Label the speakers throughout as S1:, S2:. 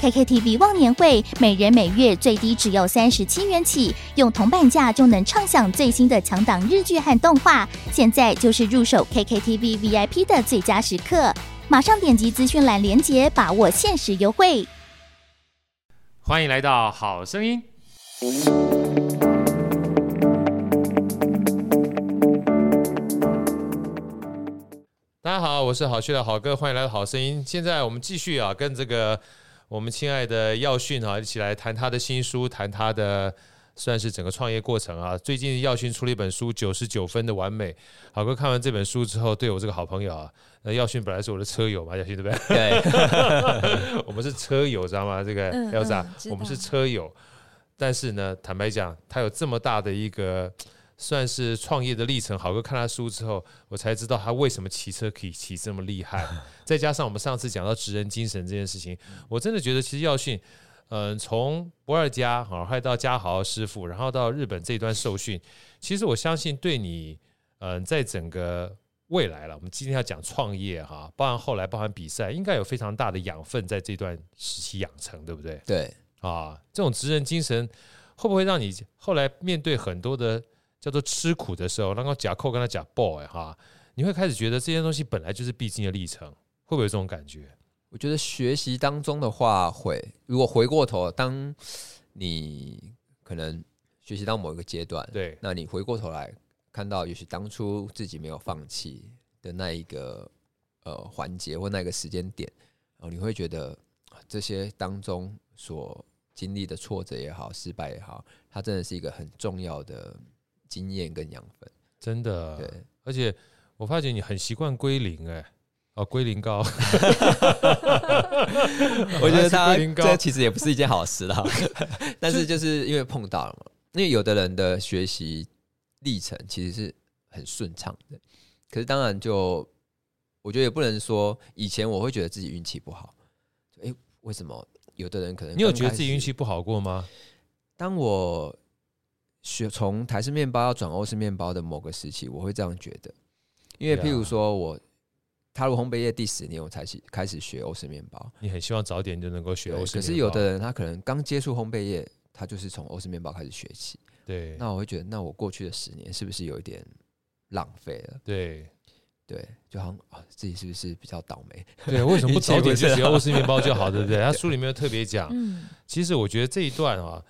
S1: KKTV 忘年会每人每月最低只要三十七元起，用铜板价就能畅享最新的强档日剧和动画。现在就是入手 KKTV VIP 的最佳时刻，马上点击资讯栏连接，把握限时优惠。
S2: 欢迎来到《好声音》。大家好，我是好趣的好哥，欢迎来到《好声音》。现在我们继续啊，跟这个我们亲爱的耀训啊，一起来谈他的新书，谈他的算是整个创业过程啊。最近耀训出了一本书《九十九分的完美》，好哥看完这本书之后，对我这个好朋友啊，那耀训本来是我的车友嘛，耀训对不对？
S3: 对，
S2: 我们是车友，知道吗？这个
S4: 嗯
S2: Elsa，、
S4: 嗯知道
S2: 我们是车友，但是呢，坦白讲，他有这么大的一个算是创业的历程。好哥看他书之后，我才知道他为什么骑车可以骑这么厉害。再加上我们上次讲到职人精神这件事情，我真的觉得其实耀训。嗯，从不二家好，还到嘉豪师傅，然后到日本这一段受训，其实我相信对你，嗯，在整个未来了，我们今天要讲创业哈，包含后来包含比赛，应该有非常大的养分在这段时期养成，对不对？
S3: 对，
S2: 啊，这种职人精神会不会让你后来面对很多的叫做吃苦的时候，然后假扣跟他假 boy 哈，你会开始觉得这些东西本来就是必经的历程，会不会有这种感觉？
S3: 我觉得学习当中的话会，如果回过头，当你可能学习到某一个阶段，
S2: 对，
S3: 那你回过头来看到，也许当初自己没有放弃的那一个呃环节或那个时间点，然后你会觉得啊这些当中所经历的挫折也好，失败也好，它真的是一个很重要的经验跟养分。
S2: 真的，
S3: 对，
S2: 而且我发觉你很习惯归零、哎，哦，归零高，
S3: 我觉得
S2: 还
S3: 他
S2: 是龟苓膏
S3: 这其实也不是一件好事啦， 但是就是因为碰到了嘛，因为有的人的学习历程其实是很顺畅的，可是当然就我觉得也不能说以前我会觉得自己运气不好，诶，为什么有的人可 能
S2: 你有
S3: 刚
S2: 觉得
S3: 开
S2: 自己
S3: 始
S2: 运气？不好过吗？
S3: 当我学从台式面包要转欧式面包的某个时期，我会这样觉得，因为譬如
S2: Yeah
S3: 说我踏入烘焙业第十年，我才起开始学欧式面包。
S2: 你很希望早点就能够学
S3: 对
S2: 欧式
S3: 可
S2: 面包，
S3: 是有的人他可能刚接触烘焙业，他就是从欧式面包开始学起。
S2: 对
S3: 那我会觉得，那我过去的十年是不是有一点浪费了？
S2: 对
S3: 对，就好像啊，自己是不是比较倒霉？
S2: 对，为什么不早点就
S3: 一切不
S2: 学
S3: 知道
S2: 欧式面包就好，对不对？他书里面有特别讲，
S4: 嗯，
S2: 其实我觉得这一段啊，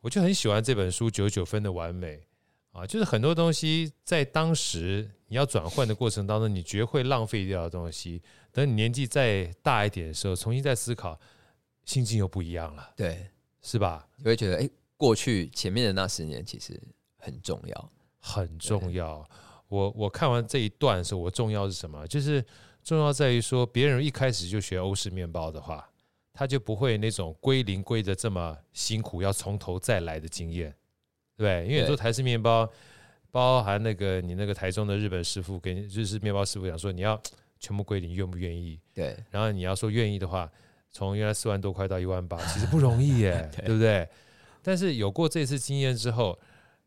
S2: 我就很喜欢这本书《九十九分的完美》啊，就是很多东西在当时你要转换的过程当中，你绝会浪费掉的东西。等你年纪再大一点的时候，重新再思考，心境又不一样了，
S3: 对，
S2: 是吧？
S3: 你会觉得，哎、过去前面的那十年其实很重要。
S2: 很重要。我我看完这一段的时候，我重要是什么？就是重要在于说，别人一开始就学欧式面包的话，他就不会那种归零归的这么辛苦，要从头再来的经验，对不对？因为
S3: 对
S2: 你做台式面包，包含那个你那个台中的日本师傅跟日式面包师傅讲说，你要全部归零，愿不愿意？
S3: 对，，
S2: 然后你要说愿意的话，从原来四万多块到一万八，其实不容易耶
S3: 对
S2: 对不对？但是有过这次经验之后，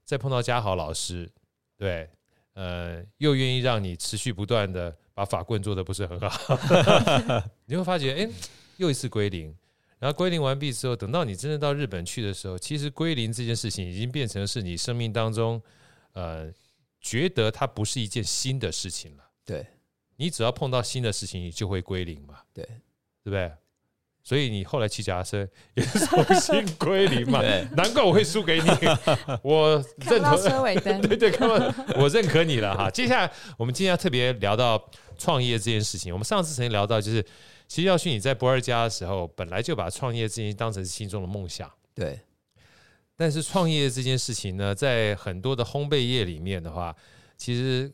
S2: 再碰到嘉豪老师，对，呃，又愿意让你持续不断的把法棍做的不是很好， 你会发觉，哎，又一次归零。然后归零完毕之后，等到你真的到日本去的时候，其实归零这件事情已经变成是你生命当中，呃，觉得它不是一件新的事情了。
S3: 对，
S2: 你只要碰到新的事情，你就会归零嘛。
S3: 对
S2: 对不对？所以你后来骑脚踏车也是重新归零嘛，
S3: 对
S2: 难怪我会输给 你，我
S4: 看
S2: 认
S4: 不到
S2: 同，
S4: 车尾 灯，
S2: 对对，看到我认可你了哈。接下来我们今天要特别聊到创业这件事情，我们上次曾经聊到，就是其实耀勋你在不二家的时候，本来就把创业这件事情当成是心中的梦想，
S3: 对，
S2: 但是创业这件事情呢，在很多的烘焙业里面的话，其实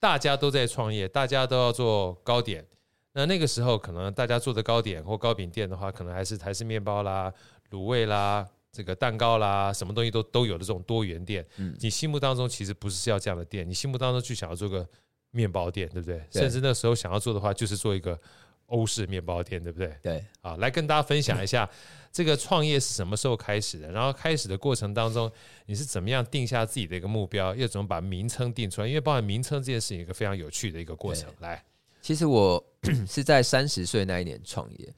S2: 大家都在创业，大家都要做糕点。那那个时候，可能大家做的糕点或糕饼店的话，可能还是台式面包啦、卤味啦、这个蛋糕啦，什么东西都都有的这种多元店。
S3: 嗯
S2: 你心目当中其实不是要这样的店，你心目当中就想要做个面包店，对不对？
S3: 对
S2: 甚至那时候想要做的话，就是做一个欧式面包店，对不对？
S3: 对，
S2: 啊，来跟大家分享一下这个创业是什么时候开始的，然后开始的过程当中，你是怎么样定下自己的一个目标，又怎么把名称定出来？因为包含名称这件事情，一个非常有趣的一个过程。来，
S3: 其实我 是在三十岁那一年创业。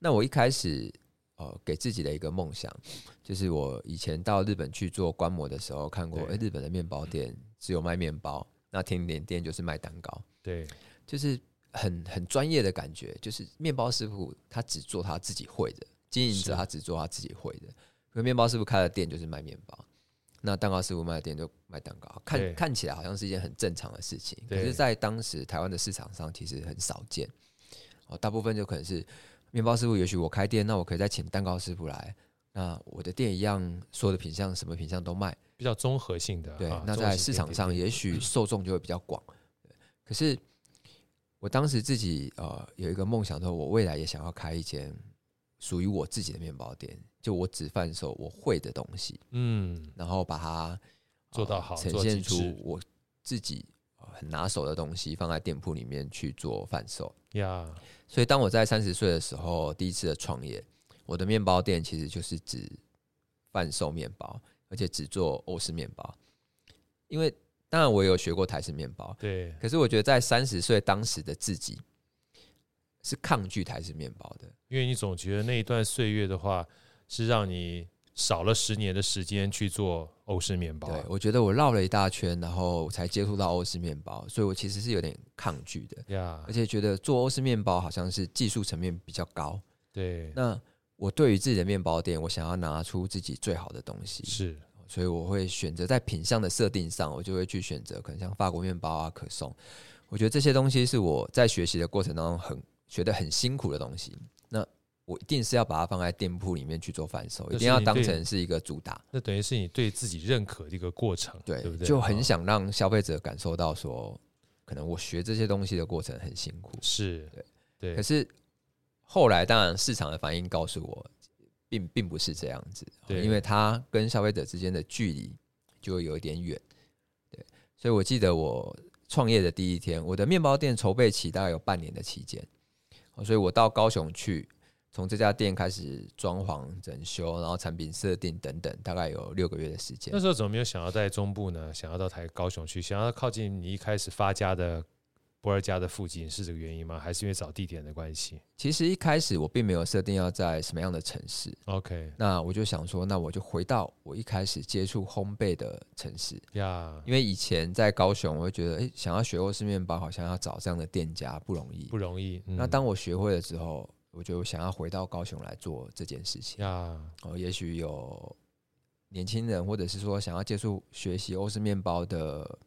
S3: 那我一开始呃给自己的一个梦想，就是我以前到日本去做观摩的时候，看过，
S2: 对
S3: 诶，日本的面包店只有卖面包，那甜点店就是卖蛋糕，
S2: 对
S3: 就是很很专业的感觉。就是面包师傅他只做他自己会的，经营
S2: 是
S3: 者他只做他自己会的。可面包师傅开的店就是卖面包，那蛋糕师傅卖的店就卖蛋糕，
S2: 对
S3: 看看起来好像是一件很正常的事情，可
S2: 对
S3: 是，在当时台湾的市场上其实很少见，哦，大部分就可能是面包师傅，也许我开店，那我可以再请蛋糕师傅来，那我的店一样，所有的品相什么品相都卖，
S2: 比较综合性的，
S3: 对
S2: 啊，
S3: 那
S2: 综合
S3: 在
S2: 性
S3: 市
S2: 的
S3: 场
S2: 点
S3: 上
S2: 点
S3: 也许受众就会比较广。可是我当时自己呃有一个梦想，说我未来也想要开一间属于我自己的面包店，就我只贩售我会的东西，
S2: 嗯，
S3: 然后把它呃
S2: 做到好
S3: 呈
S2: 做极
S3: 现
S2: 致
S3: 出我自己呃很拿手的东西，放在店铺里面去做贩售。
S2: 呀，
S3: 所以当我在三十岁的时候，第一次的创业，我的面包店其实就是只贩售面包，而且只做欧式面包。因为当然我也有学过台式面包，
S2: 对，
S3: 可是我觉得在三十岁当时的自己是抗拒台式面包的。
S2: 因为你总觉得那一段岁月的话，是让你少了十年的时间去做欧式面包，
S3: 对，我觉得我绕了一大圈，然后才接触到欧式面包，所以我其实是有点抗拒的，
S2: 呀
S3: 而，且觉得做欧式面包好像是技术层面比较高。
S2: 对，
S3: 那我对于自己的面包店，我想要拿出自己最好的东西，
S2: 是
S3: 所以我会选择在品相的设定上，我就会去选择可能像法国面包啊、可颂。我觉得这些东西是我在学习的过程当中很觉得很辛苦的东西。那我一定是要把它放在店铺里面去做贩售，
S2: 是
S3: 一定要
S2: 你
S3: 当
S2: 对
S3: 成是一个主打。
S2: 那等于是你对自己认可的一个过程，
S3: 对，
S2: 对不对？
S3: 就很
S2: 啊
S3: 想让消费者感受到说，可能我学这些东西的过程很辛苦。
S2: 是，对
S3: 可是后来，当然市场的反应告诉我，并并不是这样子，哦
S2: 对
S3: 因为它跟消费者之间的距离就会有一点远。对，所以我记得我创业的第一天，我的面包店筹备期大概有半年的期间，哦所以我到高雄去，从这家店开始装潢、整修，然后产品设定等等，大概有六个月的时间
S2: 那。时候怎么没有想要在中部呢？想要到台高雄去，想要靠近你一开始发家的博尔家的附近，是这个原因吗？还是因为找地点的关系
S3: 其实一开始我并没有设定要在什么样的城市，
S2: ？OK
S3: 那我就想说，那我就回到我一开始接触烘焙的城市，
S2: 呀、
S3: 因为以前在高雄，我会觉得，诶，想要学欧式面包，好像要找这样的店家不容易。
S2: 不容易。嗯
S3: 那当我学会了之后，我就想要回到高雄来做这件事情。
S2: 呀
S3: 哦，也许有年轻人，或者是说想要接触学习欧式面包的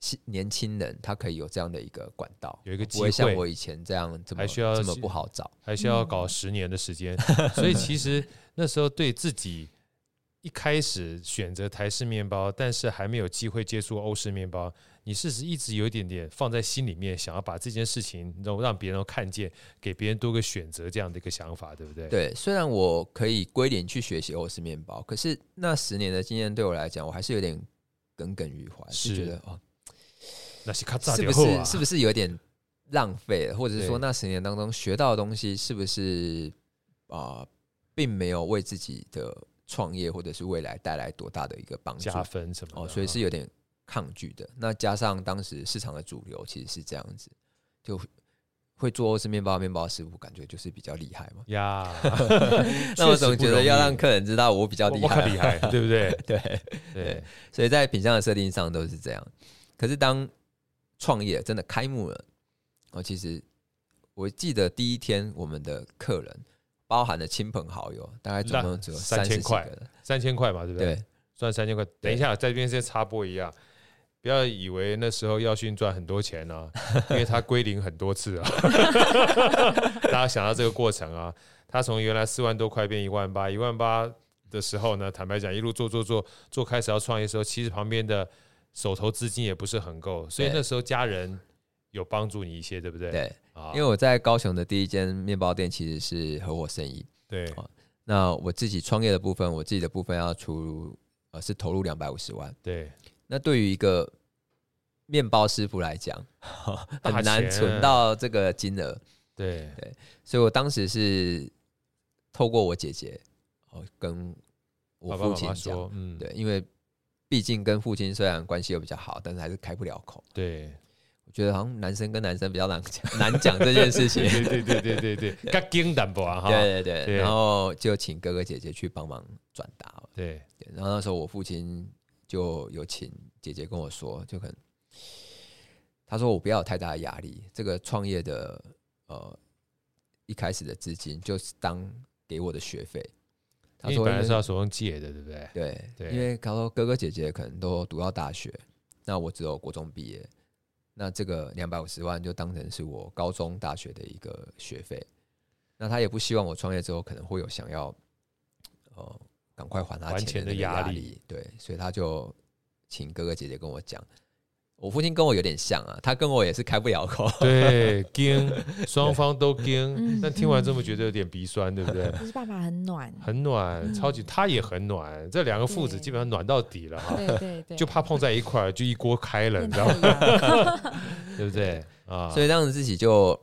S3: 新年轻人，他可以有这样的一个管道，
S2: 有一个机
S3: 不会像
S2: 会
S3: 我以前这样这么
S2: 还需要
S3: 这么
S2: 去
S3: 不好找。
S2: 还需要搞十年的时间， 所以其实那时候对自己一开始选择台式面包，但是还没有机会接触欧式面包，你是一直有一点点放在心里面，想要把这件事情然后让别人看见，给别人多个选择这样的一个想法，对不对？
S3: 对，虽然我可以归零去学习欧式面包，可是那十年的经验对我来讲，我还是有点耿耿于怀，
S2: 是
S3: 就觉得哦，
S2: 那是卡扎
S3: 是
S2: 点
S3: 不
S2: 后
S3: 是
S2: 啊，
S3: 是不是有点浪费了，或者是说
S2: 对
S3: 那十年当中学到的东西是不是啊、呃并没有为自己的创业或者是未来带来多大的一个帮助
S2: 加分什么的
S3: 哦，所
S2: 啊
S3: 以是有点抗拒的。那加上当时市场的主流其实是这样子，就会做欧式面包，面包师傅感觉就是比较厉害嘛。
S2: 呀，
S3: 那
S2: 确
S3: 我
S2: 实
S3: 总
S2: 不
S3: 觉得
S2: 容
S3: 要
S2: 易
S3: 让客人知道我比较厉
S2: 我
S3: 害，
S2: 很 厉害，啊 对不对？
S3: 对，
S2: 对，
S3: 所以在品相的设定上都是这样。可是当创业真的开幕了，哦，其实我记得第一天我们的客人包含了亲朋好友，大概总
S2: 那
S3: 共只有
S2: 三
S3: 三
S2: 千
S3: 十几
S2: 块
S3: 个人，
S2: 三千块嘛，对不对？
S3: 对，
S2: 赚三千块。等一下，在这边先插播一下，不要以为那时候耀训赚很多钱啊， 因为他归零很多次啊。大家想到这个过程啊，他从原来四万多块变一万八，一万八的时候呢，坦白讲，一路做做做做，开始要创业的时候，其实旁边的手头资金也不是很够，所以
S3: 对
S2: 那时候家人有帮助你一些，对不对？
S3: 对，
S2: 啊
S3: 因为我在高雄的第一间面包店其实是合伙生意，
S2: 对
S3: 那我自己创业的部分，我自己的部分要出呃是投入两百五十万。
S2: 对
S3: 那对于一个面包师傅来 讲，
S2: 大
S3: 很难
S2: 钱啊
S3: 存到这个金额，
S2: 对
S3: 所以我当时是透过我姐姐，哦，跟我
S2: 爸爸
S3: 父
S2: 妈
S3: 亲
S2: 妈
S3: 讲，
S2: 说，嗯，
S3: 对，因为毕竟跟父亲虽然关系又比较好，但是还是开不了口。
S2: 对
S3: 我觉得好像男生跟男生比较难 讲难讲这件事情。
S2: 对对对对对对， 较紧淡薄啊哈，
S3: 对对对，
S2: 对
S3: 然后就请哥哥姐姐去帮忙转达。
S2: 对
S3: 对然后那时候我父亲就有请姐姐跟我说，就可能他说我不要有太大的压力，这个创业的呃一开始的资金就是当给我的学费。他
S2: 因为
S3: 说哎
S2: 本来
S3: 因为
S2: 是要手上借的，对不 对？
S3: 对，
S2: 对
S3: 因为他说哥哥姐姐可能都读到大学，那我只有国中毕业，那这个两百五十万就当成是我高中、大学的一个学费。那他也不希望我创业之后可能会有想要，呃，赶快还他
S2: 还
S3: 钱
S2: 钱的
S3: 那个
S2: 压
S3: 压
S2: 力
S3: 力。对，所以他就请哥哥姐姐跟我讲，我父亲跟我有点像啊，他跟我也是开不了口。
S2: 对， 惊，双方都惊
S4: 嗯。
S2: 但听完这么觉得有点鼻酸，对不 对？
S4: 可是爸爸很暖，
S2: 很暖，超级，他也很暖，这两个父子
S4: 对
S2: 基本上暖到底了哈，
S4: 对对 对，
S2: 就怕碰在一块儿就一锅开了，
S4: 变
S2: 你知
S4: 太
S2: 道吗？
S4: 阳，
S2: 对不对？啊，
S3: 所以当时自己就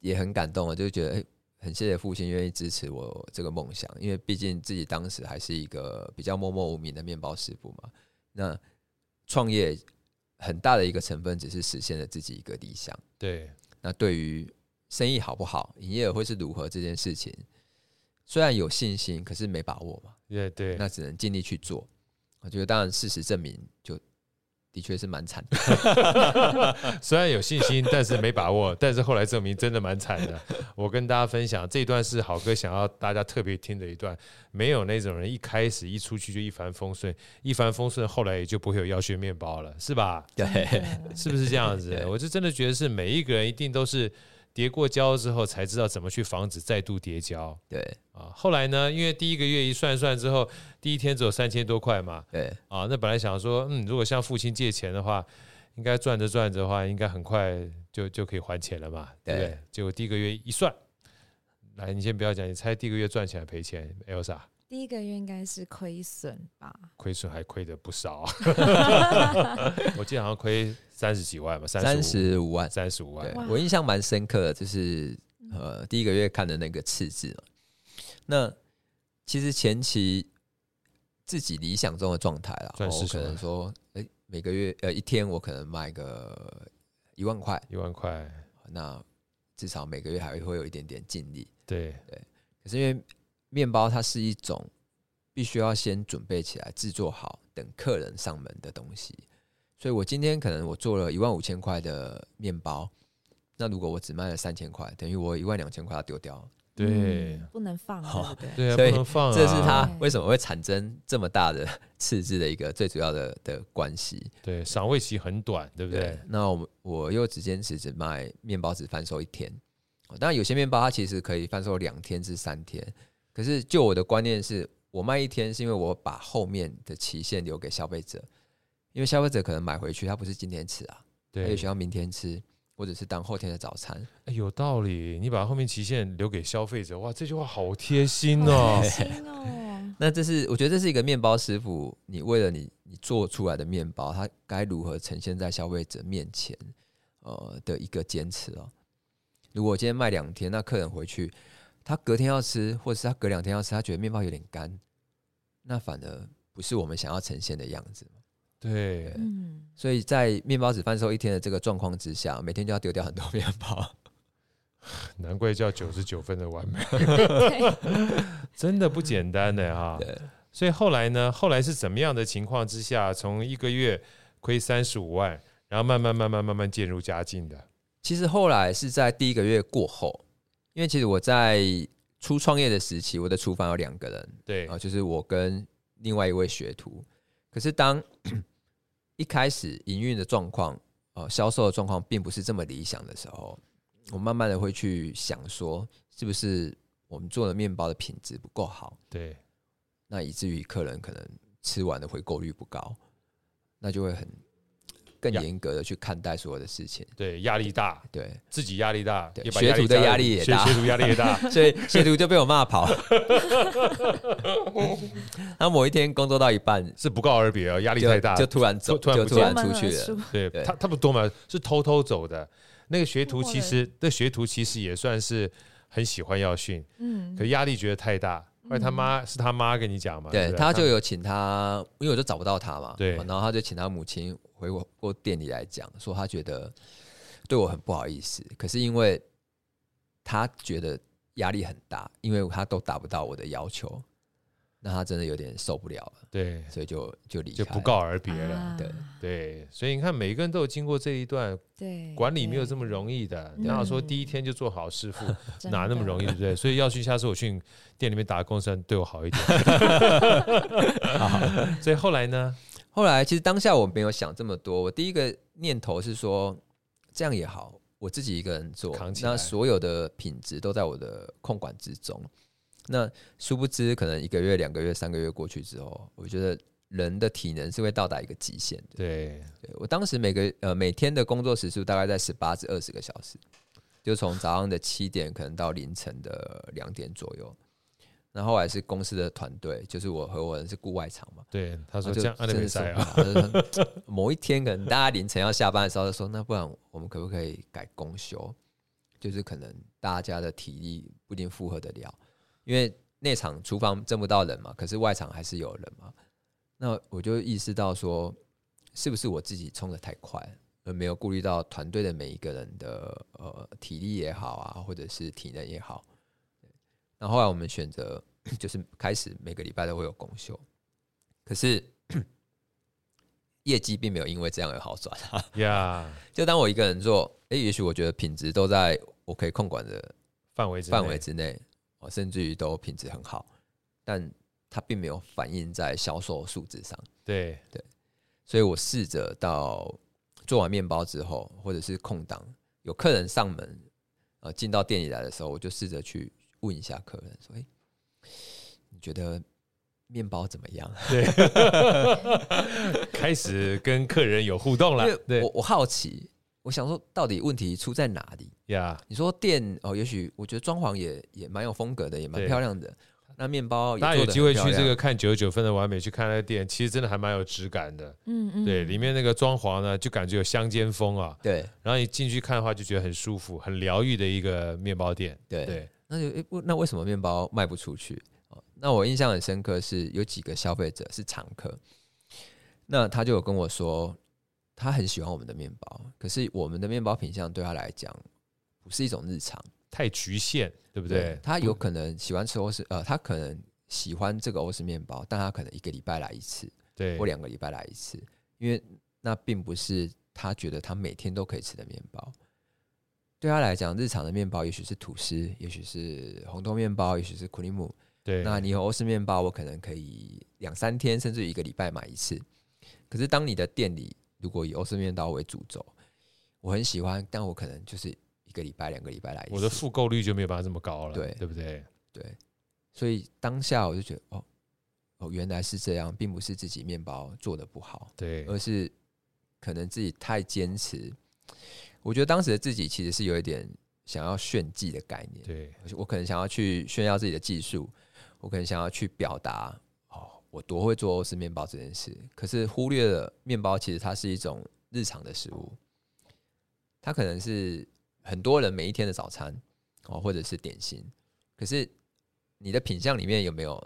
S3: 也很感动了，就觉得、诶哎很谢谢父亲愿意支持我这个梦想，因为毕竟自己当时还是一个比较默默无名的面包师傅嘛。那创业很大的一个成分只是实现了自己一个理想。
S2: 对
S3: 那对于生意好不好、营业额会是如何这件事情，虽然有信心，可是没把握嘛，
S2: 对对，
S3: 那只能尽力去做。我觉得当然事实证明，就的确是蛮惨的。
S2: 虽然有信心，但是没把握。但是后来证明真的蛮惨的。我跟大家分享这一段是好哥想要大家特别听的一段，没有那种人一开始一出去就一帆风顺，一帆风顺后来也就不会有要学面包了，是吧？
S3: 对，
S2: 是不是这样子
S3: 对？
S2: 我就真的觉得是每一个人一定都是跌过跤之后才知道怎么去防止再度跌跤
S3: 对，
S2: 啊。后来呢，因为第一个月一算一算之后，第一天只有三千多块嘛，
S3: 对，
S2: 啊，那本来想说，嗯，如果向父亲借钱的话，应该赚着赚着的话，应该很快就就可以还钱了嘛，对不对
S3: 对？
S2: 结果第一个月一算，来，你先不要讲，你猜第一个月赚钱还赔钱，Elsa
S4: 第一个月应该是亏损吧？
S2: 亏损还亏的不少，啊 我记得好像亏三十几万吧，三
S3: 三十五万。
S2: 三十五万
S3: 对，
S4: 哇
S3: 我印象蛮深刻的，就是呃第一个月看的那个赤字嘛。那其实前期自己理想中的状态啦，哦
S2: 钻石
S3: 我
S2: 手
S3: 可能
S2: 环
S3: 说，哎、每个月呃一天我可能卖个一万块，
S2: 一万块，
S3: 那至少每个月还会有一点点净利。
S2: 对。
S3: 可是因为面包它是一种必须要先准备起来、制作好，等客人上门的东西，所以我今天可能我做了一万五千块的面包，那如果我只卖了三千块，等于我一万两千块要丢掉，
S2: 对
S4: 嗯，不能放，
S3: 好
S4: 对不对？
S2: 对啊，
S3: 所以
S2: 不能放、啊，
S3: 这是它
S4: 对
S3: 为什么会产生这么大的赤字的一个最主要的的关系。
S2: 对赏味期很短，对不对？
S3: 那我们我又只坚持只卖面包，只贩售一天。哦当然，有些面包它其实可以贩售两天至三天。可是，就我的观念是，我卖一天是因为我把后面的期限留给消费者，因为消费者可能买回去，他不是今天吃啊，他
S2: 对
S3: 也，想要明天吃，或者是当后天的早餐。
S2: 哎有道理。你把后面期限留给消费者，哇，这句话好贴心哦
S4: 好。开心哦，
S3: 那这是我觉得这是一个面包师傅，你为了你你做出来的面包，它该如何呈现在消费者面前，呃的一个坚持哦。如果我今天卖两天，那客人回去，他隔天要吃，或者是他隔两天要吃，他觉得面包有点干，那反而不是我们想要呈现的样子。
S2: 对，
S4: 嗯，
S3: 所以在面包只贩售一天的这个状况之下，每天就要丢掉很多面包。
S2: 难怪叫九十九分的完美， 真的不简单的哈。
S3: 对，
S2: 所以后来呢，后来是怎么样的情况之下，从一个月亏三十五万，然后慢慢慢慢慢慢渐入佳境的。
S3: 其实后来是在第一个月过后，因为其实我在初创业的时期，我的厨房有两个人，
S2: 对
S3: 啊，就是我跟另外一位学徒。可是当一开始营运的状况，呃，销售的状况并不是这么理想的时候，我慢慢的会去想说，是不是我们做的面包的品质不够好，
S2: 对，
S3: 那以至于客人可能吃完的回购率不高，那就会很更
S2: 呀
S3: 严格的去看待所有的事情。
S2: 对，压力大，
S3: 对，
S2: 自己压力大，
S3: 对
S2: 也把
S3: 学徒的
S2: 加
S3: 压力也
S2: 学
S3: 大
S2: 学徒压力也大，
S3: 所以谢图就被我骂跑。 他某一天工作到一半，
S2: 是不告而别啊，压力
S3: 就
S2: 太大，
S3: 就突然走，
S2: 突突然
S3: 就
S2: 不
S3: 突
S2: 见
S3: 然
S4: 夺门
S3: 出
S4: 而
S3: 去了。
S4: 出
S2: 对
S3: 对
S2: 他他不多嘛，是偷偷走的。那个学徒
S4: 哇
S2: 其实，那学徒其实也算是很喜欢耀训，
S4: 嗯
S2: 可，压力觉得太大。后来他妈是他妈跟你讲嘛，
S3: 对
S2: 不，
S3: 他就有请他，因为我就找不到他嘛，
S2: 对
S3: 然后他就请他母亲回我我店里来讲，说他觉得对我很不好意思，可是因为他觉得压力很大，因为他都达不到我的要求，那他真的有点受不了了，
S2: 对
S3: 所以就就离开
S2: 就
S3: 了，
S2: 不告而别了。
S4: 啊
S3: 对
S2: 对，所以你看，每个人都有经过这一段，
S4: 对，
S2: 管理没有
S4: 对
S2: 这么容易的。
S4: 对
S2: 然后说
S4: 嗯
S2: 第一天就做好师傅，
S4: 真
S2: 哪那么
S4: 的
S2: 容易，对不对？所以耀训，下次我去店里面打工，算对我好一 点。 所以后来呢？
S3: 后来其实当下我没有想这么多，我第一个念头是说这样也好，我自己一个人做
S2: 扛，起来
S3: 那所有的品质都在我的控管之中。那殊不知，可能一个月、两个月、三个月过去之后，我觉得人的体能是会到达一个极限的。
S2: 对，
S3: 对我当时每个呃每天的工作时数大概在十八至二十个小时，就从早上的七点可能到凌晨的两点左右。那后来是公司的团队，就是我和我人是顾外场嘛，
S2: 对，他说
S3: 就
S2: 这样阿德
S3: 真的
S2: 没
S3: 受
S2: 塞
S3: 不
S2: 啊，
S3: 了他就 说某一天可能大家凌晨要下班的时候，他说那不然我们可不可以改公休？就是可能大家的体力不一定负荷得了，因为内场厨房挣不到人嘛，可是外场还是有人嘛。那我就意识到说，是不是我自己冲的太快，而没有顾虑到团队的每一个人的呃体力也好啊，或者是体能也好。那后来我们选择就是开始每个礼拜都会有公休，可是业绩并没有因为这样而好转。
S2: 呀，
S3: 就当我一个人做，诶、也许我觉得品质都在我可以控管的
S2: 范围之
S3: 范
S2: 内
S3: 围之内，哦，甚至于都品质很好，但它并没有反映在销售数字上。
S2: 对
S3: 所以我试着到做完面包之后，或者是空档有客人上门，呃，进到店里来的时候，我就试着去问一下客人说：“哎、你觉得面包怎么样？”
S2: 对，开始跟客人有互动
S3: 因
S2: 了
S3: 为，
S2: 对
S3: 我我好奇，我想说到底问题出在哪里？
S2: 呀，
S3: 你说店哦，也许我觉得装潢也也蛮有风格的，也蛮
S2: 对
S3: 漂亮的。那面包也
S2: 大家有
S3: 做得
S2: 机会
S3: 很
S2: 去
S3: 漂
S2: 这
S3: 亮
S2: 个看九十九分的完美，去看那个店，其实真的还蛮有质感的。
S4: 嗯嗯，
S2: 对，里面那个装潢呢，就感觉有乡间风啊，
S3: 对
S2: 然后你进去看的话，就觉得很舒服、很疗愈的一个面包店。
S3: 对
S2: 对，
S3: 那就诶不那为什么面包卖不出去？哦那我印象很深刻是有几个消费者是常客，那他就有跟我说，他很喜欢我们的面包，可是我们的面包品相对他来讲不是一种日常，
S2: 太局限，对不对？
S3: 他有可能喜欢吃欧式，呃，他可能喜欢这个欧式面包，但他可能一个礼拜来一次
S2: 对
S3: 或，两个礼拜来一次，因为那并不是他觉得他每天都可以吃的面包。对他来讲，日常的面包也许是吐司，也许是红豆面包，也许是苦力姆，
S2: 对，
S3: 那你有欧式面包，我可能可以两三天，甚至于一个礼拜买一次。可是当你的店里如果以欧式面包为主轴，我很喜欢，但我可能就是一个礼拜、两个礼拜来一次。
S2: 我的复购率就没有办法这么高了，
S3: 对
S2: 对不对？
S3: 对，所以当下我就觉得，哦哦，原来是这样，并不是自己面包做的不好，
S2: 对，
S3: 而是可能自己太坚持。我觉得当时的自己其实是有一点想要炫技的概念，
S2: 对，
S3: 我我可能想要去炫耀自己的技术，我可能想要去表达哦，我多会做欧式面包这件事，可是忽略了面包其实它是一种日常的食物，它可能是很多人每一天的早餐哦，或者是点心，可是你的品相里面有没有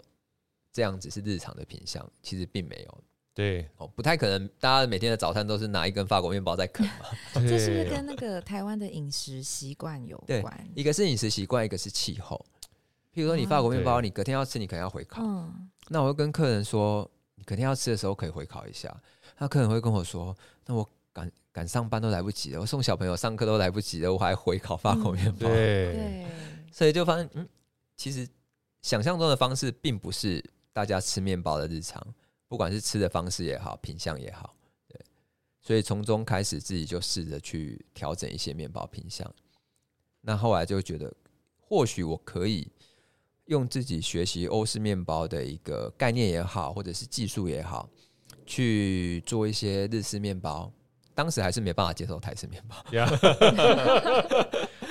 S3: 这样子是日常的品相？其实并没有
S2: 对，
S3: 哦，不太可能，大家每天的早餐都是拿一根法国面包在啃嘛，
S4: 哦这是不是
S2: 对
S4: 跟那个台湾的饮食习惯有
S3: 对
S4: 关？嗯
S3: 一个是饮食习惯，一个是气候。譬如说，你法国面包，
S2: 哦对
S3: 你隔天要吃，你可能要回烤。
S4: 嗯，
S3: 那我会跟客人说，你肯定要吃的时候可以回烤一下。那客人会跟我说，那我赶赶上班都来不及了，我送小朋友上课都来不及了，我还回烤法国面
S2: 嗯
S3: 包。
S2: 对，
S4: 对，
S3: 所以就发现，嗯，其实想象中的方式并不是大家吃面包的日常，不管是吃的方式也好，品相也好，对，所以从中开始自己就试着去调整一些面包品相。那后来就觉得，或许我可以用自己学习欧式面包的一个概念也好，或者是技术也好，去做一些日式面包。当时还是没办法接受台式面包，
S2: 呀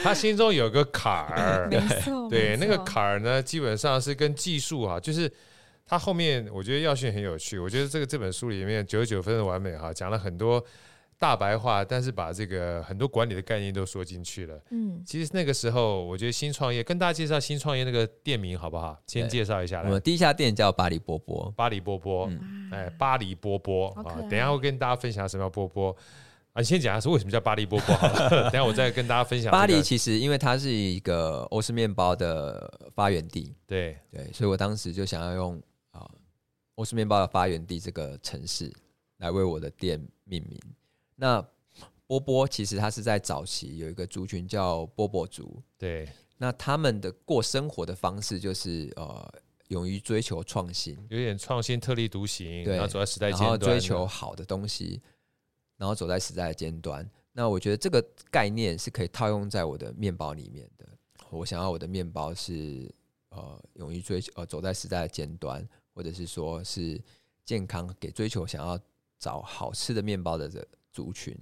S2: 他心中有个坎儿，
S4: 没错，
S2: 对，
S4: 哦
S2: 那
S4: 没
S2: 个
S4: 错
S2: 坎儿呢，基本上是跟技术啊，就是他后面我觉得耀训很有趣，我觉得这个这本书里面九十九分的完美哈、讲了很多大白话，但是把这个很多管理的概念都说进去了。
S4: 嗯，
S2: 其实那个时候，我觉得新创业跟大家介绍新创业那个店名好不好？先
S3: 对
S2: 介绍一下
S3: 我
S2: 来
S3: 们，第一家店叫巴黎波波，
S2: 巴黎波波，
S3: 嗯
S2: 哎，巴黎波波
S4: 好可
S2: 啊
S4: 爱，
S2: 等一下会跟大家分享什么叫波波啊，你先讲一下是为什么叫巴黎波波好了， 等一下我再跟大家分享这个、
S3: 巴黎其实因为它是一个欧式面包的发源地，
S2: 对
S3: 对，所以我当时就想要用啊欧式面包的发源地这个城市来为我的店命名。那波波其实它是在早期有一个族群叫波波族，
S2: 对
S3: 那他们的过生活的方式就是呃勇于追求创新，
S2: 有点创新、特立独行，
S3: 对
S2: 然后走在时代
S3: 然
S2: 尖端
S3: 后
S2: 的，
S3: 追求好的东西，然后走在时代的尖端。那我觉得这个概念是可以套用在我的面包里面的。我想要我的面包是呃，勇于追求呃，走在时代的尖端，或者是说是健康，给追求想要找好吃的面包的这族群。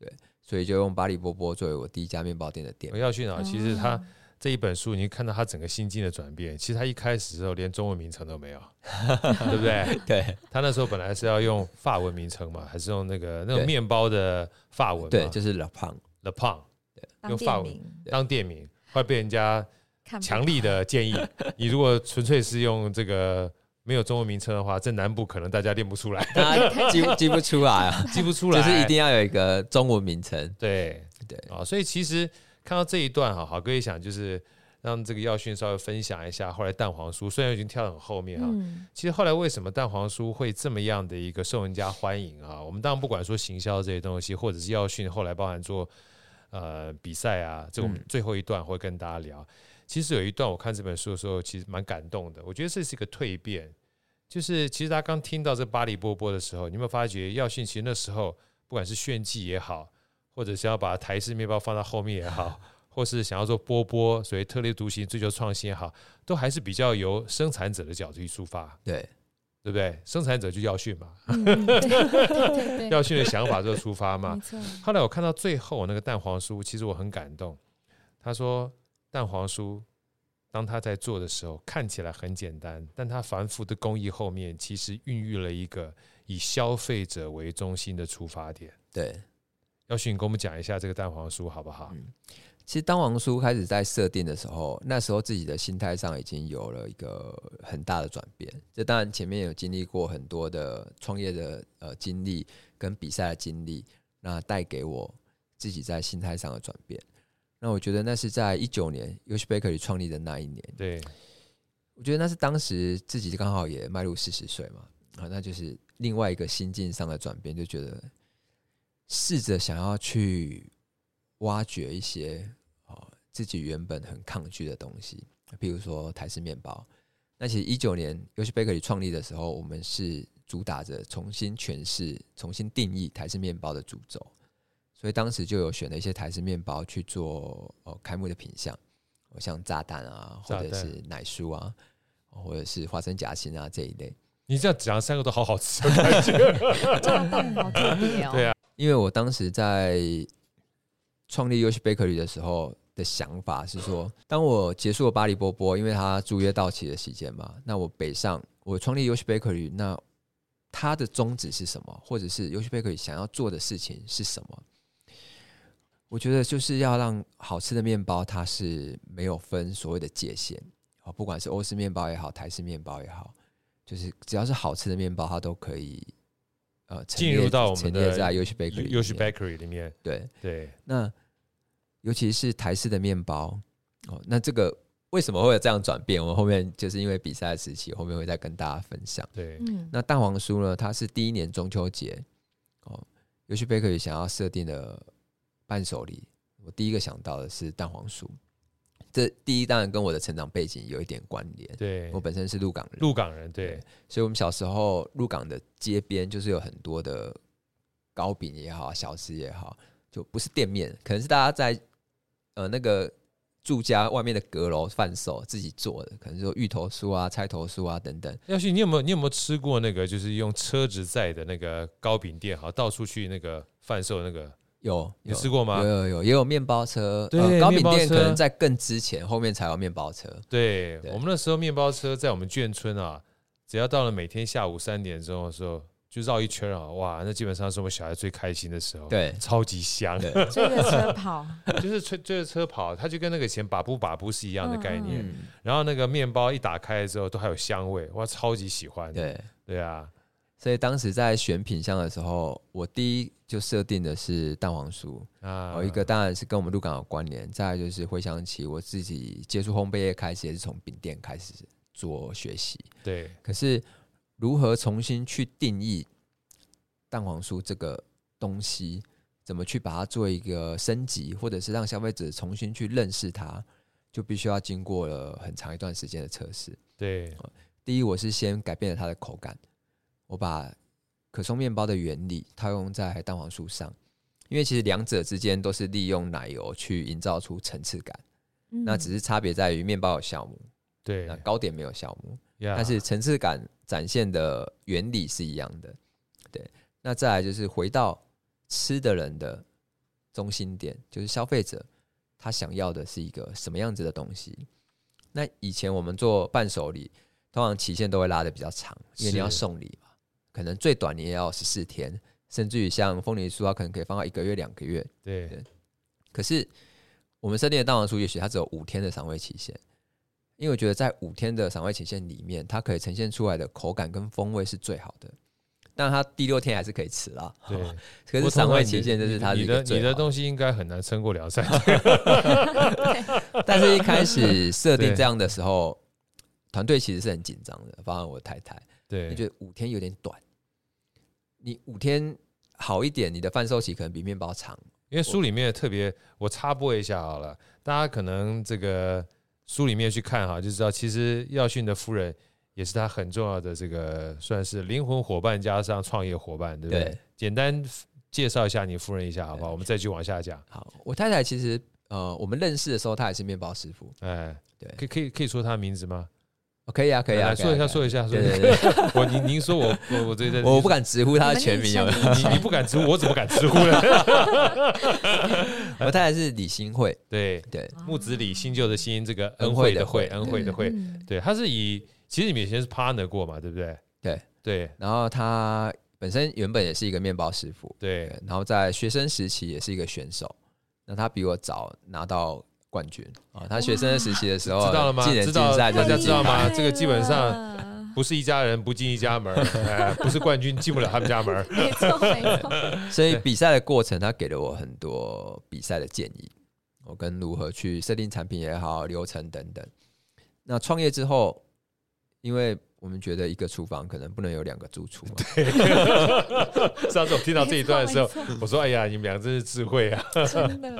S3: 对，所以就用巴黎波波作为我第一家面包店的店
S2: 我。要去啊哪？其实他
S4: 哦
S2: 这一本书，你看到他整个心境的转变。其实他一开始的时候连中文名称都没 有，对不对？
S3: 对
S2: 他那时候本来是要用法文名称嘛，还是用那个那种
S3: 对
S2: 面包的法文嘛，哦
S3: 对，就是 La p a n
S2: Le Pain
S4: 哦当
S2: 用法
S4: 店
S2: 文
S4: 名
S2: 当店名，后来被人家
S4: 看不
S2: 强力的建议，你如果纯粹是用这个没有中文名称的话，在南部可能大家练不出来，
S3: 大家记不记不出来啊，
S2: 记不出
S3: 就
S2: 来，
S3: 是一定要有一个中文名称。
S2: 对
S3: 对
S2: 啊、所以其实看到这一段哈，好哥也想就是让这个耀训稍微分享一下，后来蛋黄酥虽然已经跳得很后面啊，
S4: 嗯，
S2: 其实后来为什么蛋黄酥会这么样的一个受人家欢迎啊？我们当然不管说行销这些东西，或者是耀训后来包含做呃比赛啊，这个我们
S3: 嗯
S2: 最后一段会跟大家聊。其实有一段我看这本书的时候，其实蛮感动的。我觉得这是一个蜕变，就是其实大家刚听到这巴黎波波的时候，你有没有发觉耀训其实那时候不管是炫技也好，或者是要把台式面包放到后面也好，或是想要做波波，所谓特立独行、追求创新也好，都还是比较由生产者的角度去出发。
S3: 对，
S2: 对不对？生产者就要训嘛，
S4: 嗯嗯对对对嗯对，
S2: 要训的想法就出发嘛
S4: 没。错，
S2: 后来我看到最后那个蛋黄酥，其实我很感动。他说蛋黄酥，当他在做的时候看起来很简单，但他繁复的工艺后面其实孕育了一个以消费者为中心的出发点。
S3: 对。
S2: 要训，你跟我们讲一下这个蛋黄酥好不好？
S3: 嗯其实当王叔开始在设定的时候，那时候自己的心态上已经有了一个很大的转变。这当然前面有经历过很多的创业的呃经历跟比赛的经历，那带给我自己在心态上的转变。那我觉得那是在一九年 u s h Bakery 创立的那一年，
S2: 对，
S3: 我觉得那是当时自己刚好也迈入四十岁嘛，啊，那就是另外一个心境上的转变，就觉得试着想要去挖掘一些哦自己原本很抗拒的东西，比如说台式面包。那其实一九年 u s h Bakery 创立的时候，我们是主打着重新诠释、重新定义台式面包的主轴，所以当时就有选了一些台式面包去做哦开幕的品相，哦像炸弹啊，或
S2: 炸
S3: 者
S2: 弹
S3: 是奶酥啊，哦或者是花生夹心啊这一类。
S2: 你这样讲三个都好好吃。啊
S4: 炸弹好特别哦，
S2: 对啊，
S3: 因为我当时在创立 Yoshi Bakery 的时候的想法是说，当我结束了巴黎波波，因为它租约到期的期间嘛，那我北上，我创立 Yoshi Bakery，那它的宗旨是什么，或者是 Yoshi Bakery 想要做的事情是什么？我觉得就是要让好吃的面包，它是没有分所谓的界限啊，不管是欧式面包也好，台式面包也好，就是只要是好吃的面包，它都可以呃陈
S2: 进
S3: 列
S2: 入到我们
S3: 陈
S2: 的
S3: 列在 Yoshi Bakery 里
S2: u s
S3: 面
S2: Bakery 里面，
S3: 对，
S2: 对，
S3: 那尤其是台式的面包哦，那这个为什么会有这样转变？我们后面就是因为比赛的时期，后面会再跟大家分享。
S2: 对，
S4: 嗯，
S3: 那蛋黄酥呢，它是第一年中秋节哦，尤其贝克也想要设定的伴手礼，我第一个想到的是蛋黄酥。这第一当然跟我的成长背景有一点关联，
S2: 对
S3: 我，本身是鹿港人，
S2: 鹿港人，对，
S3: 所以我们小时候鹿港的街边就是有很多的糕饼也好，小吃也好，就不是店面，可能是大家在呃那个住家外面的阁楼贩售自己做的，可能说芋头酥啊、菜头酥啊等等。
S2: 要去你有没有你有没有吃过那个就是用车子载的那个糕饼店，好到处去那个贩售那个，
S3: 有
S2: 你
S3: 有
S2: 吃过
S3: 有
S2: 吗？
S3: 有有，也有面包车，
S2: 对
S3: 呃、糕
S2: 面
S3: 饼
S2: 包
S3: 店可
S2: 车
S3: 能在更之前，后面才有面包车。
S2: 对
S3: 对
S2: 我们那时候面包车在我们眷村啊，只要到了每天下午三点钟的时候，就绕一圈啊，哇，那基本上是我们小孩最开心的时候，，
S3: 对，
S2: 超级香，
S3: 对
S4: 追着车跑，
S2: 就是追追着车跑，它就跟那个以前把布把布是一样的概
S4: 嗯
S2: 念。
S3: 嗯，
S2: 然后那个面包一打开之后，都还有香味，哇，超级喜欢。
S3: 对。
S2: 对啊，
S3: 所以当时在选品相的时候，我第一就设定的是蛋黄酥，然
S2: 啊，
S3: 哦后一个当然是跟我们鹿港有关联，再来就是回想起我自己接触烘焙业开始，也是从饼店开始做学习。
S2: 对
S3: 可是如何重新去定义蛋黄酥这个东西，怎么去把它做一个升级，或者是让消费者重新去认识它，就必须要经过了很长一段时间的测试。
S2: 对
S3: 第一，我是先改变了它的口感，我把可颂面包的原理套用在蛋黄酥上，因为其实两者之间都是利用奶油去营造出层次感， 那只
S4: 是
S3: 是差别在于面包有酵母，
S2: 对
S3: 那，糕点没有酵母，
S2: 呀
S3: 但是层次感展现的原理是一样的。对，那再来就是回到吃的人的中心点，就是消费者他想要的是一个什么样子的东西。那以前我们做伴手礼，通常期限都会拉的比较长，因为你要
S2: 是
S3: 送礼嘛，可能最短你也要十四天，甚至于像凤梨酥啊，可能可以放到一个月、两个月。
S2: 对
S3: 可是我们设定的蛋黄酥，也许它只有五天的赏味期限，因为我觉得在五天的赏味期限里面，它可以呈现出来的口感跟风味是最好的。但它第六天还是可以吃啦，
S2: 对，
S3: 可
S2: 不过
S3: 是
S2: 通
S3: 赏
S2: 常
S3: 味
S2: 你
S3: 期
S2: 的
S3: 限就是
S2: 你
S3: 它是
S2: 你
S3: 一个
S2: 的
S3: 最
S2: 你
S3: 好的
S2: 的东西应该很难撑过两三天。
S3: 但是一开始设定
S2: 对
S3: 这样的时候，团队其实是很紧张的，包括我太太，
S2: 对
S3: 你觉得五天有点短，你五天好一点，你的贩售期可能比面包长，
S2: 因为书里面特别，我插播一下好了，大家可能这个书里面去看哈，就知道其实耀训的夫人也是他很重要的这个算是灵魂伙伴加上创业伙伴，对不对？
S3: 对
S2: 简单介绍一下你夫人一下好不好？
S3: 对
S2: 我们再去往下讲。
S3: 好，我太太其实呃，我们认识的时候她也是面包师傅，
S2: 哎，
S3: 对
S2: 可以可以可以说他名字吗？
S3: 哦可以啊，可以啊，
S2: 来
S3: 可以啊
S2: 说一下，
S3: 可以
S2: 说一下，说
S3: 啊对
S2: 一
S3: 对
S2: 下。
S3: 对，
S2: 我您您说我我我这这，
S3: 我不敢直呼他的全名有啊没有？
S2: 你你不敢直呼，我怎么敢直呼呢？
S3: 我太太是李新慧，
S2: 对，
S3: 对
S4: 啊
S2: 木子李新旧的新，这个恩
S3: 恩
S2: 惠
S3: 惠
S2: 的
S3: 的
S2: 惠，
S3: 惠
S2: 恩惠的
S4: 嗯
S2: 惠，对，他是以其实你们以前是 partner 过嘛，对不对？
S3: 对
S2: 对
S3: 然后她本身原本也是一个面包师傅，对
S2: 对，
S3: 然后在学生时期也是一个选手，那她比我早拿到冠军啊，她学生时期的时候
S2: 知道了吗？
S3: 技能
S2: 知
S3: 竞
S2: 道
S3: 赛
S2: 大
S3: 就
S2: 家
S3: 是
S2: 知道
S3: 金牌
S2: 吗？这个基本上
S4: 上
S2: 不是一家人不进一家门 儿，哎，不是冠军进不了他们家门 儿。
S4: 没错没错，
S3: 所以比赛的过程，他给了我很多比赛的建议，我跟如何去设定产品也好，流程等等。那创业之后，因为我们觉得一个厨房可能不能有两个主厨 嘛，
S2: 上次我听到这一段的时候
S4: 没错，
S2: 我说：“哎呀，你们俩真是智慧啊
S4: 真的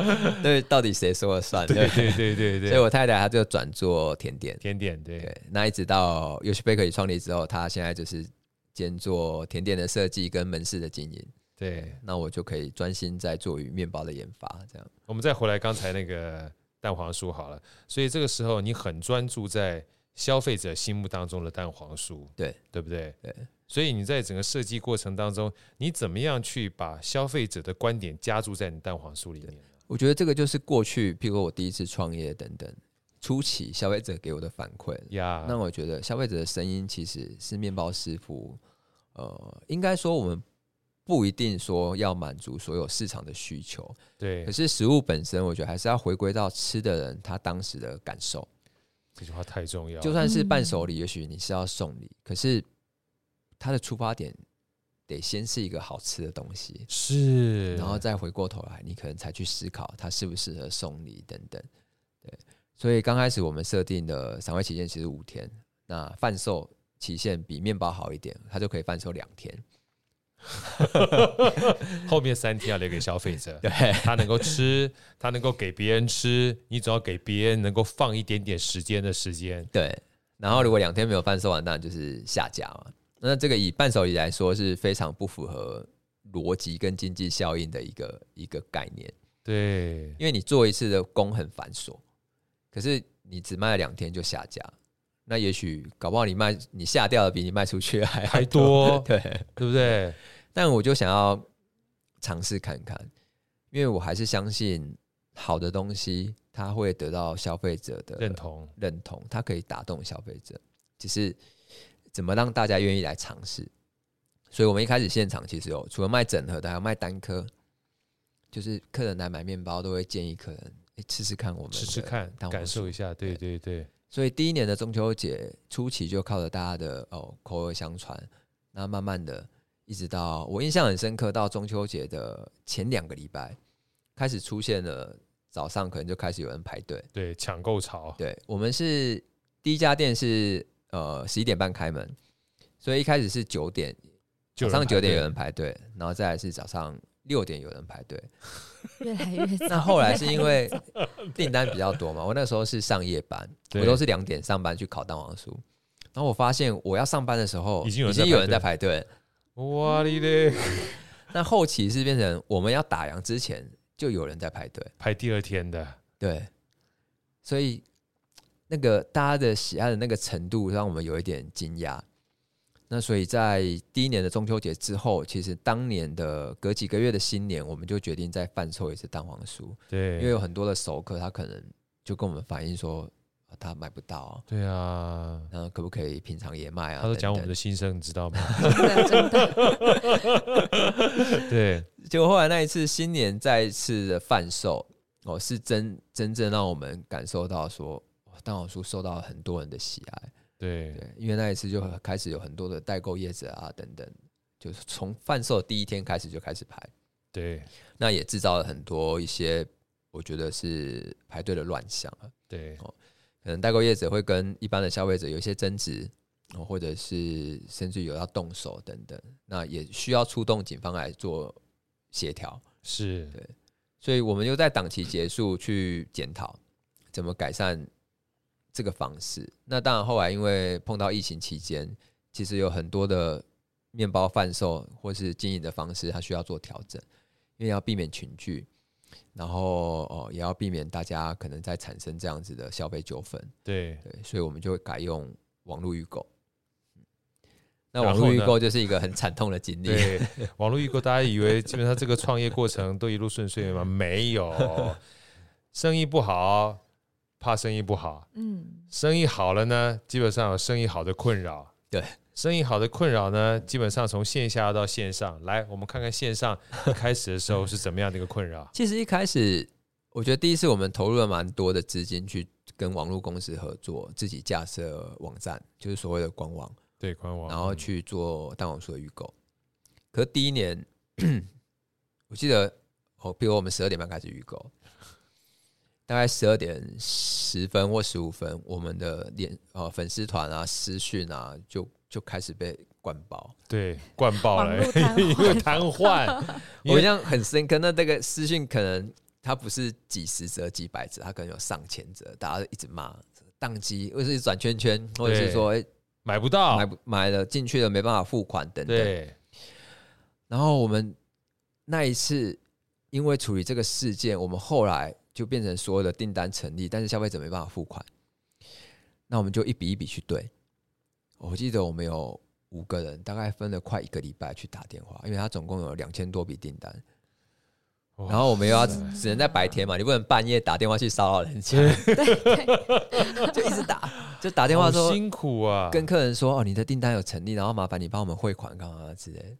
S3: 那到底谁说了算？”对
S2: 对
S3: 不对
S2: 对对对
S3: 所以
S2: 对，
S3: 我太太她就转做甜点，
S2: 甜点对
S3: 对，那一直到有趣贝克 y 创立之后，她现在就是兼做甜点的设计跟门市的经营。
S2: 对。
S3: 那我就可以专心在做于面包的研发，这样
S2: 我们再回来刚才那个蛋黄酥好了，所以这个时候你很专注在消费者心目当中的蛋黄酥，
S3: 对
S2: 对不对？
S3: 对。
S2: 所以你在整个设计过程当中，你怎么样去把消费者的观点加注在你蛋黄酥里面？
S3: 我觉得这个就是过去，譬如我第一次创业等等，初期消费者给我的反馈。
S2: 呀
S3: 那我觉得消费者的声音其实是面包师傅，呃，应该说我们不一定说要满足所有市场的需求，
S2: 对
S3: 可，是食物本身，我觉得还是要回归到吃的人他当时的感受。
S2: 这句话太重要了。
S3: 就算是伴手礼，也许你是要送礼，可是他的出发点得先是一个好吃的东西，
S2: 是，
S3: 然后再回过头来，你可能才去思考它适不适合送礼等等。对，所以刚开始我们设定的赏味期限其实五天，那贩售期限比面包好一点，它就可以贩售两天。
S2: 后面三天要留给消费者，
S3: 对，
S2: 他能够吃，他能够给别人吃，你只要给别人能够放一点点时间的时间。
S3: 对，然后如果两天没有贩售完，当然就是下架嘛。那这个以伴手礼来说是非常不符合逻辑跟经济效应的一个一个概念。
S2: 对，
S3: 因为你做一次的工很繁琐，可是你只卖了两天就下架，那也许搞不好你卖你下掉的比你卖出去还
S2: 还多
S3: 对，
S2: 对不对？
S3: 但我就想要尝试看看，因为我还是相信好的东西，它会得到消费者的
S2: 认同，
S3: 认同，它可以打动消费者，只是怎么让大家愿意来尝试。所以我们一开始现场其实有除了卖整盒的，还有卖单颗，就是客人来买面包都会建议客人诶吃吃看我们的
S2: 吃吃看，
S3: 糖
S2: 感
S3: 葫芦
S2: 受一下，对对对，
S3: 所以第一年的中秋节初期就靠着大家的哦口耳相传，那慢慢的一直到我印象很深刻，到中秋节的前两个礼拜开始出现了早上可能就开始有人排队。
S2: 对抢购潮，
S3: 对我们是第一家店是呃十一点半开门，所以一开始是九点
S2: 就
S3: 早
S2: 有人
S3: 上九
S2: 排
S3: 点
S2: 队
S3: 有人排队，然后再来是早上六点有人排 队。
S4: 越来越早。
S3: 那后来是因为订单比较多嘛，我那时候是上夜班，
S2: 对
S3: 我都是两点上班去考蛋黄酥。然后我发现我要上班的时候，
S2: 已经有人在
S3: 有
S2: 排
S3: 人
S2: 队
S3: 在排队。
S2: 哇哩嘞，
S3: 那后期是变成我们要打烊之前就有人在排队，
S2: 排第二天的，
S3: 对，所以那个大家的喜爱的那个程度，让我们有一点惊讶。那所以在第一年的中秋节之后，其实当年的隔几个月的新年，我们就决定再贩售一次蛋黄酥，因为
S2: 对，
S3: 有很多的熟客，他可能就跟我们反映说、啊他买不到、啊，
S2: 对啊，
S3: 然后可不可以平常也卖啊？
S2: 他都讲我们
S3: 等
S2: 的心声，你知 道吗？
S4: 真的真的，
S2: 对，
S3: 等结果后来那一次新年再一次的贩售，哦，是真真正让我们感受到说，哇蛋黄酥受到很多人的喜爱。
S2: 对，
S3: 对，因为那一次就开始有很多的代购业者啊等等，就是从贩售第一天开始就开始排，
S2: 对，
S3: 那也制造了很多一些我觉得是排队的乱象啊。
S2: 对，
S3: 可能代购业者会跟一般的消费者有一些争执，哦或者是甚至有要动手等等，那也需要出动警方来做协调。
S2: 是，
S3: 所以我们又在档期结束去检讨怎么改善这个方式。那当然，后来因为碰到疫情期间，其实有很多的面包贩售或是经营的方式，它需要做调整，因为要避免群聚，然后哦也要避免大家可能在产生这样子的消费纠纷。
S2: 对，
S3: 对，所以我们就会改用网络预购。嗯那
S2: 然
S3: 网
S2: 后
S3: 络预
S2: 呢
S3: 购就是一个很惨痛的经历。
S2: 对，网络预购，大家以为基本上这个创业过程都一路顺遂吗？没 有，生意不好，怕生意不好；
S4: 嗯，
S2: 生意好了呢，基本上有生意好的困扰。
S3: 对，
S2: 生意好的困扰呢，基本上从线下到线上。来，我们看看线上一开始的时候是怎么样的一个困 扰。
S3: 其实一开始，我觉得第一次我们投入了蛮多的资金去跟网络公司合作，自己架设网站，就是所谓的官网，
S2: 对，官网，
S3: 然后去做蛋黄酥的预购。可是第一年， 我记得哦，比如我们十二点半开始预购，大概十二点十分或十五分，我们的脸呃粉丝团啊、私讯啊，就就开始被灌爆。
S2: 对灌爆
S4: 网
S2: 了，
S4: 络 瘫
S2: 因为
S4: 痪，
S2: 瘫痪。因
S3: 我
S2: 为
S3: 印象很深刻，那这个私讯可能它不是几十折、几百折，它可能有上千折，大家一直骂宕机，或者是转圈圈，或者是说哎、
S2: 买不到，
S3: 买不买了进去了没办法付款等等。
S2: 哦对
S3: 然后我们那一次因为处理这个事件，我们后来就变成所有的订单成立，但是消费者没办法付款，那我们就一笔一笔去对。我记得我们有五个人，大概分了快一个礼拜去打电话，因为他总共有两千多笔订单。
S2: 哇
S3: 然后我们又要只能在白天嘛，你不能半夜打电话去骚扰 人家，就一直打，就打电话
S2: 好
S3: 说
S2: 辛苦啊，
S3: 跟客人说哦，你的订单有成立，然后麻烦你帮我们汇款干嘛之类的。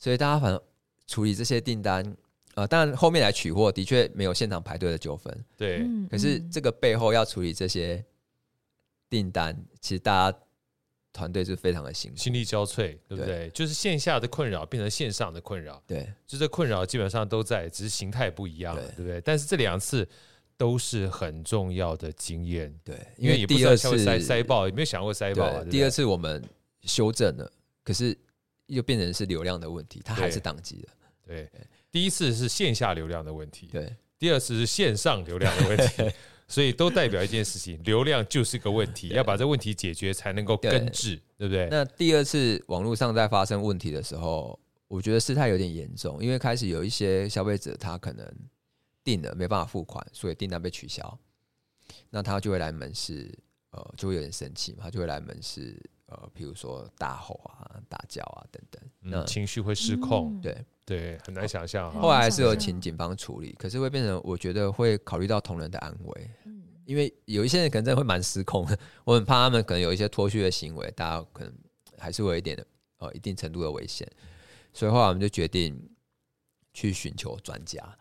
S3: 所以大家反正处理这些订单，呃，当然后面来取货的确没有现场排队的纠纷，
S2: 对
S4: 嗯
S3: 可是这个背后要处理这些订单，其实大家团队是非常的辛苦，
S2: 心力交瘁，对不对？就是线下的困扰变成线上的困扰，
S3: 对
S2: 就这困扰基本上都在，只是形态不一样了，
S3: 对
S2: 对不对？但是这两次都是很重要的经验，
S3: 对，
S2: 因为也不
S3: 第
S2: 知道
S3: 二
S2: 下会
S3: 次
S2: 塞塞爆，也没有想过塞爆啊。对
S3: 对，
S2: 不对
S3: 第二次我们修正了，可是又变成是流量的问题，它还是宕机了。
S2: 对，第一次是线下流量的问题，
S3: 对
S2: 第二次是线上流量的问题，所以都代表一件事情，流量就是个问题，要把这问题解决才能够
S3: 对
S2: 根治，对不对？
S3: 那第二次网络上在发生问题的时候，我觉得事态有点严重，因为开始有一些消费者他可能订了没办法付款，所以订单被取消，那他就会来门市，呃，就会有点生气嘛，他就会来门市，呃，譬如说大吼啊、大叫啊等等。那
S2: 嗯，情绪会失控，
S4: 嗯
S3: 对
S2: 对，很难想象啊
S4: 嗯
S2: 哈。
S3: 哦后来还是有
S4: 嗯
S3: 请警方处理，可是会变成我觉得会考虑到同仁的安危，
S4: 嗯
S3: 因为有一些人可能真的会蛮失控的，我很怕他们可能有一些脱序的行为，大家可能还是会有一点的呃一定程度的危险，所以后来我们就决定去寻求专家，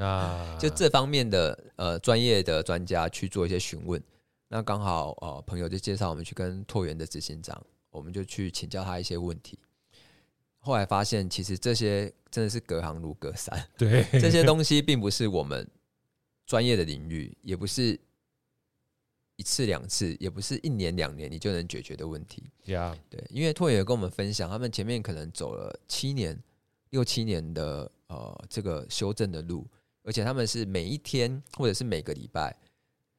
S2: 啊，
S3: 就这方面的呃专业的专家去做一些询问。那刚好呃朋友就介绍我们去跟拓元的执行长，我们就去请教他一些问题。后来发现，其实这些真的是隔行如隔山，
S2: 对
S3: 这些东西并不是我们专业的领域，也不是一次两次，也不是一年两年你就能解决的问题。
S2: 呀，
S3: 对，因为拓也跟我们分享，他们前面可能走了七年、六七年的呃这个修正的路，而且他们是每一天或者是每个礼拜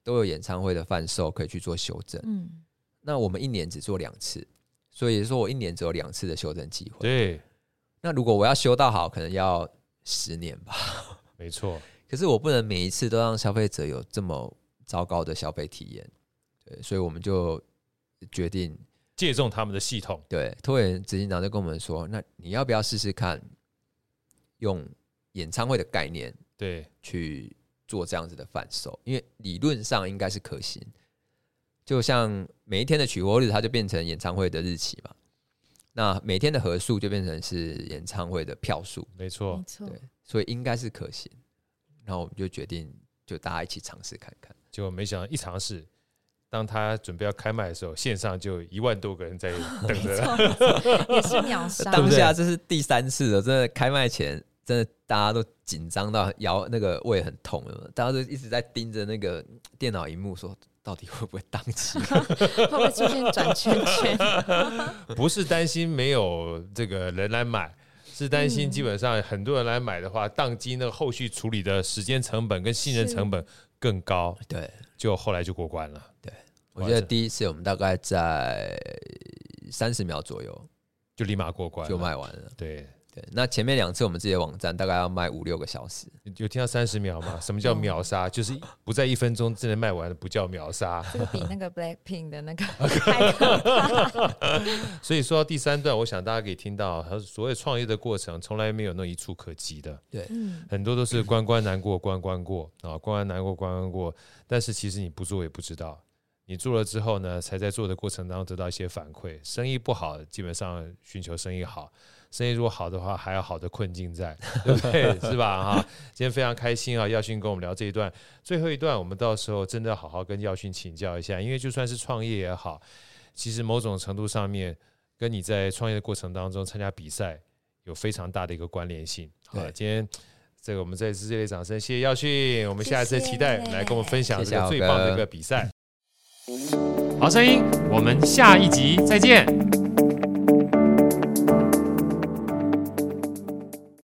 S3: 都有演唱会的贩售可以去做修正。
S4: 嗯，
S3: 那我们一年只做两次，所以也就是说我一年只有两次的修正机会。
S2: 对，
S3: 那如果我要修到好，可能要十年吧。
S2: 没错，
S3: 可是我不能每一次都让消费者有这么糟糕的消费体验，对，所以我们就决定，
S2: 借重他们的系统，
S3: 对，拖延执行长就跟我们说，那你要不要试试看，用演唱会的概念
S2: 对，
S3: 去做这样子的贩售？因为理论上应该是可行，就像每一天的取货日，它就变成演唱会的日期嘛，那每天的盒数就变成是演唱会的票数，
S2: 没
S4: 没
S2: 错，
S4: 错，
S3: 对所以应该是可行。然后我们就决定，就大家一起尝试看看。
S2: 结果没想到一尝试，当他准备要开卖的时候，线上就一万多个人在等
S4: 没
S2: 着他。
S4: 错，没错也是秒杀，
S3: 当下这是第三次了，真的开卖前，真的大家都紧张到摇那个胃很痛了，大家都一直在盯着那个电脑荧幕，说到底会不会宕机？
S4: 会不会出现转圈 圈？
S2: 不是担心没有这个人来买，是担心
S4: 嗯
S2: 基本上很多人来买的话，宕机那个后续处理的时间成本跟信任成本更高，
S3: 对，
S2: 就后来就过关了，
S3: 我觉得第一次我们大概在三十秒左右
S2: 就立马过关了
S3: 就卖完了。
S2: 对，
S3: 对，那前面两次我们自己的网站大概要卖五六个小时，
S2: 你有听到三十秒吗？什么叫秒杀？就是不在一分钟之内卖完的不叫秒杀。
S4: 这个比那个 Blackpink 的那 个还可
S2: 所以说到第三段，我想大家可以听到，他所有创业的过程从来没有那一触可及的。
S4: 嗯，
S2: 很多都是关关难过关关过啊，关关难过关关过。但是其实你不做也不知道，你做了之后呢，才在做的过程当中得到一些反馈。生意不好，基本上寻求生意好；生意如果好的话，还有好的困境在， 对不对？是吧？哈，今天非常开心啊，耀勋跟我们聊这一段，最后一段我们到时候真的要好好跟耀勋请教一下，因为就算是创业也好，其实某种程度上面跟你在创业的过程当中参加比赛有非常大的一个关联性。好
S3: 对，
S2: 今天。这个我们再次热烈掌声，谢谢耀勋。我们下一次期待
S4: 谢谢
S2: 你来跟我们分享
S3: 谢谢
S2: 这个
S3: 豪
S2: 最
S3: 哥
S2: 棒的一个比赛。
S5: 好声音，我们下一集再见。